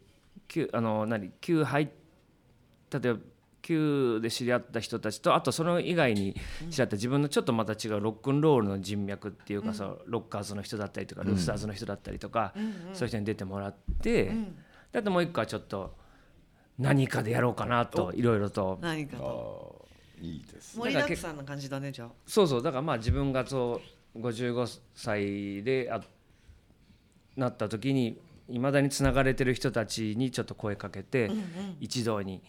Speaker 3: Q あの何 Q 入っ例えば Q で知り合った人たちとあとその以外に知り合った自分のちょっとまた違うロックンロールの人脈っていうかさ、ロッカーズの人だったりとかルースターズの人だったりとか、そういう人に出てもらって、であともう一個はちょっと何かでやろうかなといろいろと
Speaker 2: 何かと
Speaker 1: いいですね
Speaker 2: 盛りだくさんな感じだねじゃあ
Speaker 3: そうそうだからまあ自分がそう55歳であなった時にいまだにつながれてる人たちにちょっと声かけて一堂に、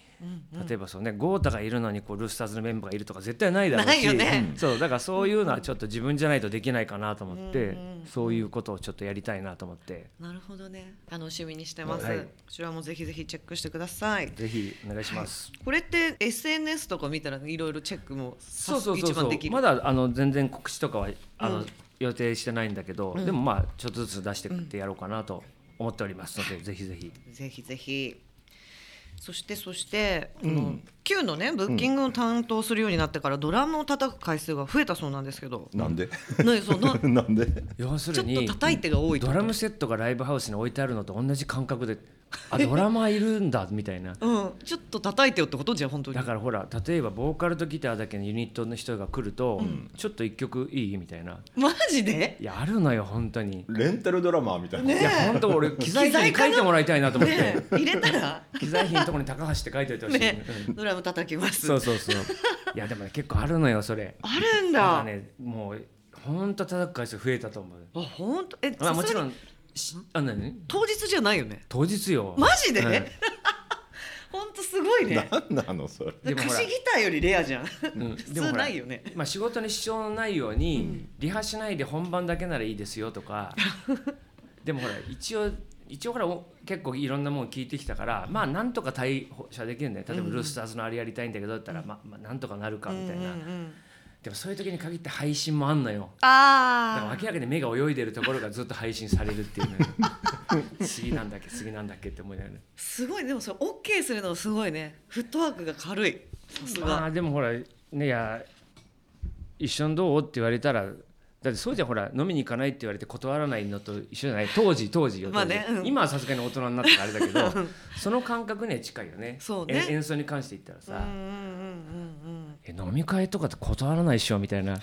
Speaker 3: 例えばそうね豪太がいるのにこうルースターズのメンバーがいるとか絶対ないだろうし
Speaker 2: ないよね
Speaker 3: そうだからそういうのはちょっと自分じゃないとできないかなと思って、そういうことをちょっとやりたいなと思って
Speaker 2: なるほどね楽しみにしてます、
Speaker 3: はい
Speaker 2: こちらもぜひぜひチェックしてください
Speaker 3: ぜひお願いします。
Speaker 2: これって SNS とか見たらいろいろチェックもさ
Speaker 3: そうそうそう
Speaker 2: 一番
Speaker 3: そう
Speaker 2: できる
Speaker 3: まだあの全然告知とかはあの、予定してないんだけど、でもまあちょっとずつ出してってやろうかなと思っておりますので、ぜひぜひ
Speaker 2: ぜひぜひそしてそして、この Q のねブッキングを担当するようになってからドラムを叩く回数が増えたそうなんですけど、
Speaker 1: なんで
Speaker 2: ねそうな
Speaker 1: なんで
Speaker 3: 要す
Speaker 2: ち
Speaker 3: る
Speaker 2: ょっと
Speaker 3: に
Speaker 2: 叩いてが多いって
Speaker 3: ド
Speaker 2: こと
Speaker 3: ラムセットがライブハウスに置いてあるのと同じ感覚であドラマーいるんだみた いな
Speaker 2: うんちょっと叩いてよってことじゃあ本当に
Speaker 3: だからほら例えばボーカルとギターだけのユニットの人が来ると、ちょっと一曲いいみたいな
Speaker 2: マジで
Speaker 3: いやあるのよ本当に、
Speaker 1: レンタルドラマーみたいな、
Speaker 3: いや本当 俺機材費に書いてもらいたいなと思って、
Speaker 2: ねえ入れたら
Speaker 3: 機材費のところに高橋って書いておいてほしい、
Speaker 2: ね
Speaker 3: うん
Speaker 2: ドラム叩きます
Speaker 3: そうそうそう。いやでもね結構あるのよそれ。
Speaker 2: あるん
Speaker 3: だか
Speaker 2: だ
Speaker 3: らねもう本当叩く回数増えたと思う。
Speaker 2: あ本当え、
Speaker 3: まあ
Speaker 2: さ
Speaker 3: も
Speaker 2: す
Speaker 3: ち
Speaker 2: が
Speaker 3: ろ
Speaker 2: に
Speaker 3: んしあ何
Speaker 2: 当日じゃないよね
Speaker 3: 当日よ。
Speaker 2: マジで、
Speaker 3: うん
Speaker 2: 本当すごいね
Speaker 1: なんなのそれ
Speaker 3: でもほら
Speaker 2: 貸しギターよりレアじゃん
Speaker 3: うん
Speaker 2: 普
Speaker 3: でも
Speaker 2: 通
Speaker 3: ほら
Speaker 2: ないよね
Speaker 3: まあ仕事に支障のないようにリハしないで本番だけならいいですよと か。でもほら一応。一応ほらお結構いろんなもん聞いてきたからまあなんとか対処できるんだよ例えば「ルースターズのあれやりたいんだけど」だったら、まあ、まあなんとかなるかみたいな、
Speaker 2: うんうん
Speaker 3: でもそういう時に限って配信もあんのよだから
Speaker 2: あ
Speaker 3: 明らかに目が泳いでるところがずっと配信されるっていうね次なんだっけ次なんだっけって思いながらね
Speaker 2: あすごいでもそれオッケーするのすごいねフットワークが軽いさす
Speaker 3: ま
Speaker 2: が
Speaker 3: あでもほらねいや一緒にどうって言われたらだってそうじゃんほら飲みに行かないって言われて断らないのと一緒じゃない当時当時よ、
Speaker 2: まあね
Speaker 3: 当時
Speaker 2: うん
Speaker 3: 今はさすがに大人になってからあれだけどその感覚には近いよね
Speaker 2: そうね
Speaker 3: え演奏に関して言ったらさ、
Speaker 2: うんうんうんうんうん
Speaker 3: え飲み会とかって断らないっしょみたい な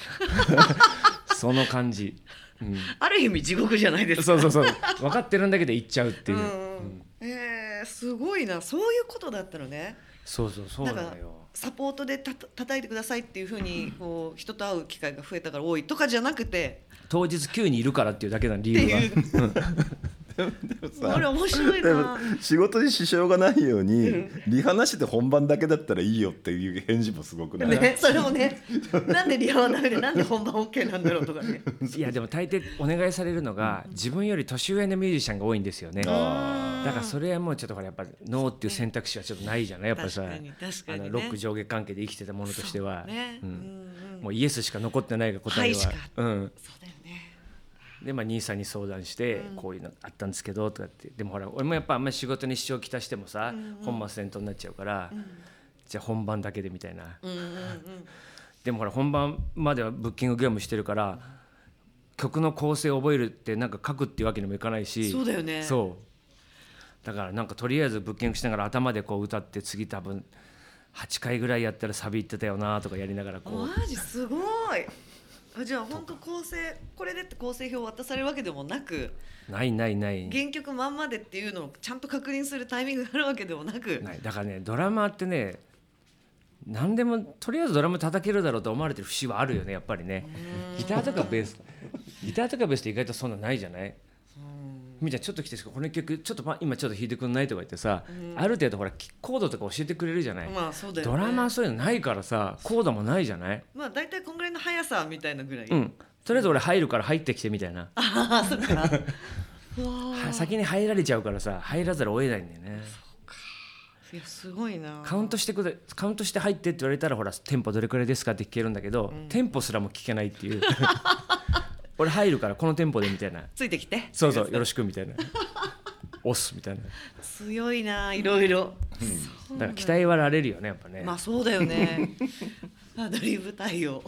Speaker 3: その感じ、うん、
Speaker 2: ある意味地獄じゃないですか
Speaker 3: そうそうそう分かってるんだけど行っちゃうっていう、
Speaker 2: うんうんえー、すごいなそういうことだったのね
Speaker 3: そうそうそうな
Speaker 2: なん
Speaker 3: の
Speaker 2: か
Speaker 3: よ
Speaker 2: サポートでたた叩いてくださいっていうふうにこう人と会う機会が増えたから多いとかじゃなくて
Speaker 3: 当日9人いるからっていうだけの理
Speaker 2: って
Speaker 3: 由が
Speaker 2: いうこれ面白い
Speaker 1: でも
Speaker 2: な
Speaker 1: 仕事に支障がないようにリハなしで本番だけだったらいいよっていう返事もすごくない、
Speaker 2: ね、それもねなんでリハはダメでなんで本番 OK なんだろうとかね
Speaker 3: いやでも大抵お願いされるのが自分より年上のミュージシャンが多いんですよねだ
Speaker 1: あ
Speaker 3: からそれはもうちょっとほらやっぱノーっていう選択肢はちょっとないじゃないやっぱさ
Speaker 2: 確かに確か
Speaker 3: あ
Speaker 2: にね
Speaker 3: のロック上下関係で生きてたものとしては
Speaker 2: ね、
Speaker 3: う
Speaker 2: うんんうん
Speaker 3: もうイエスしか残ってないが答えは、
Speaker 2: はいしか
Speaker 3: うん、
Speaker 2: そうだよね
Speaker 3: でまあ兄さんに相談してこういうのあったんですけどとかってでもほら俺もやっぱあんまり仕事に支障きたしてもさ本末転倒になっちゃうからじゃあ本番だけでみたいな
Speaker 2: うんうん
Speaker 3: でもほら本番まではブッキング業務してるから曲の構成を覚えるってなんか書くっていうわけにもいかない
Speaker 2: うん
Speaker 3: し
Speaker 2: そうだよね
Speaker 3: そうだからなんかとりあえずブッキングしながら頭でこう歌って次多分8回ぐらいやったらサビ行ってたよなとかやりながらこう
Speaker 2: マジすごいあじゃあ本当構成これでって構成表渡されるわけでもなく
Speaker 3: ないないない
Speaker 2: 原曲まんまでっていうのをちゃんと確認するタイミングがあるわけでもなく
Speaker 3: ないだからねドラマーってね何でもとりあえずドラム叩けるだろうと思われてる節はあるよねやっぱりねギターとかベースギターとかベースって意外とそんなないじゃないみーちゃんちょっと来てこの曲ちょっと、ま、今ちょっと弾いてくんないとか言ってさ、ある程度ほらきコードとか教えてくれるじゃない、
Speaker 2: まあそうだよね
Speaker 3: ドラマーそういうのないからさコードもないじゃない
Speaker 2: まあ大体こんぐらいの速さみたいなぐらい、
Speaker 3: うんとりあえず俺入るから入ってきてみたいな
Speaker 2: ああそっ かわ
Speaker 3: は
Speaker 2: あ
Speaker 3: 先に入られちゃうからさ入らざるを得ないんだよね
Speaker 2: いやすごいな
Speaker 3: カウントしてくれカウントして入ってって言われたらほらテンポどれくらいですかって聞けるんだけど、テンポすらも聞けないっていう 俺入るからこのテンポでみたいな
Speaker 2: ついてきて
Speaker 3: そうそうよろしくみたいな押すみたいな
Speaker 2: 強いないろいろ、
Speaker 3: だから期待はられるよねやっぱね、
Speaker 2: まあそうだよね アドリブ対応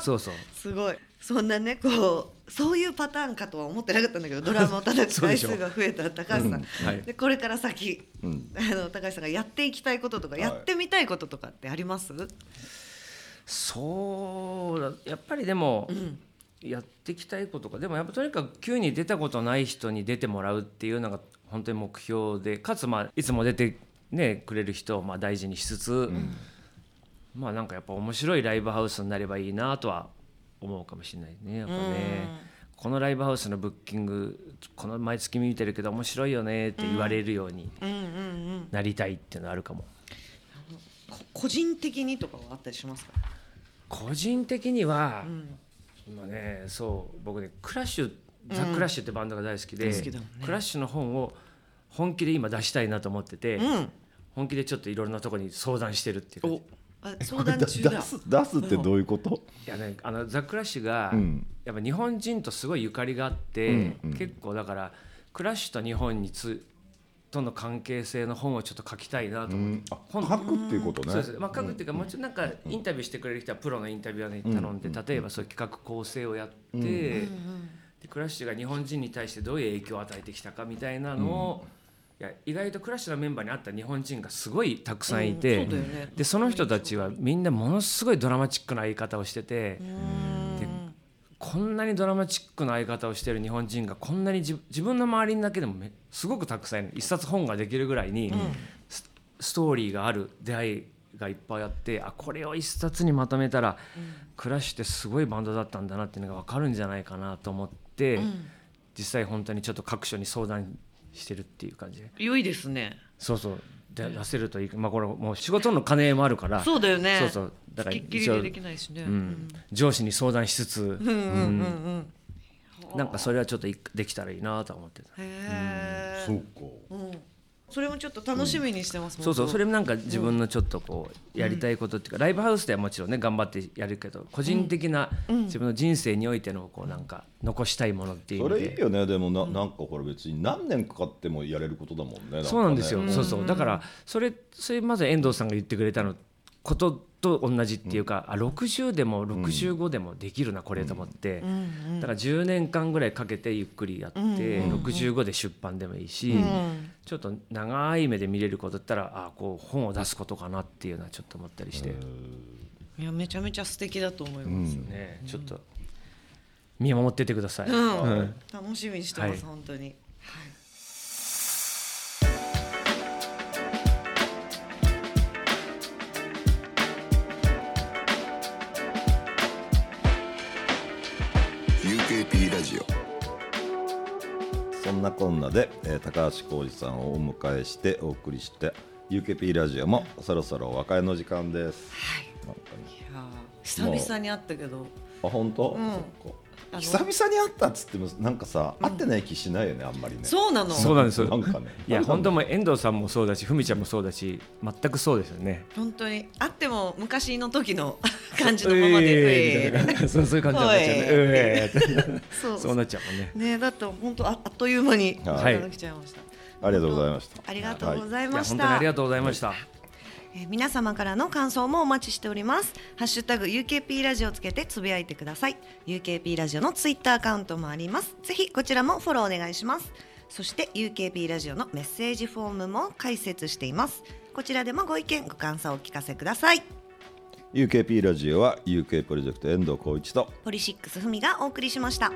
Speaker 3: そうそう
Speaker 2: すごいそんなねこうそういうパターンかとは思ってなかったんだけどドラマを叩く回数が増えた高橋さん、
Speaker 3: はい
Speaker 2: でこれから先、
Speaker 1: うん
Speaker 2: あの高橋さんがやっていきたいこととか、
Speaker 1: はい
Speaker 2: やってみたいこととかってあります
Speaker 3: そうだやっぱりでも、やっていきたいことかでもやっぱとにかく急に出たことない人に出てもらうっていうのが本当に目標でかつまあいつも出て、ね、くれる人をまあ大事にしつつ、まあなんかやっぱ面白いライブハウスになればいいなとは思うかもしれないねやっぱね。このライブハウスのブッキングこの毎月見てるけど面白いよねって言われるようになりたいっていうのはあるかも。
Speaker 2: こ個人的にとかはあったりしますか
Speaker 3: 個人的には、今ねそう僕ねクラッシュザ・クラッシュってバンドが大好きで、
Speaker 2: 大好きだもんね
Speaker 3: クラッシュの本を本気で今出したいなと思ってて、
Speaker 2: ん
Speaker 3: 本気でちょっといろんなとこに相談してるっていう感じい
Speaker 2: あ相談
Speaker 1: 出
Speaker 2: 中だ
Speaker 1: す出すってどういうこと
Speaker 3: やねあのザ・クラッシュが、
Speaker 1: うん
Speaker 3: やっぱ日本人とすごいゆかりがあって、
Speaker 1: うんうん
Speaker 3: 結構だからクラッシュと日本につとの関係性の本をちょっと書きたいなと
Speaker 1: う
Speaker 3: 思って、
Speaker 1: んあ書くっていうことね
Speaker 3: そうですまあ、書くっていうか、もちろんなんかインタビューしてくれる人はプロのインタビュアーに頼んで、例えばそういう企画構成をやって、でクラッシュが日本人に対してどういう影響を与えてきたかみたいなのを、いや意外とクラッシュのメンバーにあった日本人がすごいたくさんいて、
Speaker 2: うんそうだよね
Speaker 3: でその人たちはみんなものすごいドラマチックな言い方をしてて。でこんなにドラマチックな相方をしてる日本人がこんなに自自分の周りだけでもめすごくたくさんいる一冊本ができるぐらいに、スストーリーがある出会いがいっぱいあってあこれを一冊にまとめたら、クラッシュってすごいバンドだったんだなっていうのが分かるんじゃないかなと思って、実際本当にちょっと各所に相談してるっていう感じで
Speaker 2: 良いですね
Speaker 3: そうそうで出せるといい、まあ、これもう仕事の金もあるから
Speaker 2: そうだよね
Speaker 3: そうそうだから
Speaker 2: きっきり
Speaker 3: 一応
Speaker 2: でできないしね、
Speaker 3: うん、上司に相談しつつ、うんなんかそれはちょっといできたらいいなとは思ってた。
Speaker 2: へえ
Speaker 1: そうか
Speaker 2: それもちょっと楽しみにしてますもん、
Speaker 3: そうそうそれもなんか自分のちょっとこうやりたいことっていうか、ライブハウスではもちろんね頑張ってやるけど個人的な自分の人生においてのこうなんか残したいものっていう意
Speaker 1: そ
Speaker 3: 味
Speaker 1: れいい
Speaker 3: で
Speaker 1: よねでもななんかこれ別に何年かかってもやれることだもんねかね
Speaker 3: そうなんですよ、そうそうだからそれそれまず遠藤さんが言ってくれたのことと同じっていうか、あ60でも65でもできるなこれと思って、だから10年間ぐらいかけてゆっくりやって、65で出版でもいいし、ちょっと長い目で見れることだったらあこう本を出すことかなっていうのはちょっと思ったりして。
Speaker 2: いやめちゃめちゃ素敵だと思います、うん
Speaker 3: ね、ちょっと見守っててください。
Speaker 2: 楽しみにしてます、
Speaker 3: はい
Speaker 2: 本当に
Speaker 4: UKP ラジオ
Speaker 1: そんなこんなで、えー高橋浩二さんをお迎えしてお送りして UKP ラジオもそろそろお別れの時間です。なんかね
Speaker 2: いやー久々に会ったけど
Speaker 1: あ本当、
Speaker 2: ん
Speaker 1: そっ
Speaker 2: あ
Speaker 1: か
Speaker 2: の
Speaker 1: 久々に会ったっつってもなんかさ会ってない気しないよね、あんまりね。
Speaker 2: そうなの
Speaker 3: そうなんですよ
Speaker 1: なんかね。
Speaker 3: いや、本当
Speaker 1: も
Speaker 3: もう遠藤さんもそうだし、ふみちゃんもそうだし、全くそうですよね。
Speaker 2: 本当に会っても昔の時 の感じのままで、
Speaker 3: えーみたいなそうそういう感じになっちゃうね。
Speaker 2: おい
Speaker 3: えーって
Speaker 2: そう
Speaker 3: そうなっちゃうもんね。
Speaker 2: ねだって本当ああっという間に時
Speaker 1: はい
Speaker 2: 間が来ちゃいました、
Speaker 1: ありがとうございました。
Speaker 2: ありがとうござい
Speaker 3: いや
Speaker 2: まし
Speaker 3: 本
Speaker 2: た、
Speaker 3: 当にありがとうございました。
Speaker 2: えー皆様からの感想もお待ちしておりますハッシュタグ UKP ラジオつけてつぶやいてください UKP ラジオのツイッターアカウントもありますぜひこちらもフォローお願いしますそして UKP ラジオのメッセージフォームも開設していますこちらでもご意見ご感想をお聞かせください
Speaker 1: UKP ラジオは UK プロジェクト遠藤浩一と
Speaker 2: ポリシックスふみがお送りしました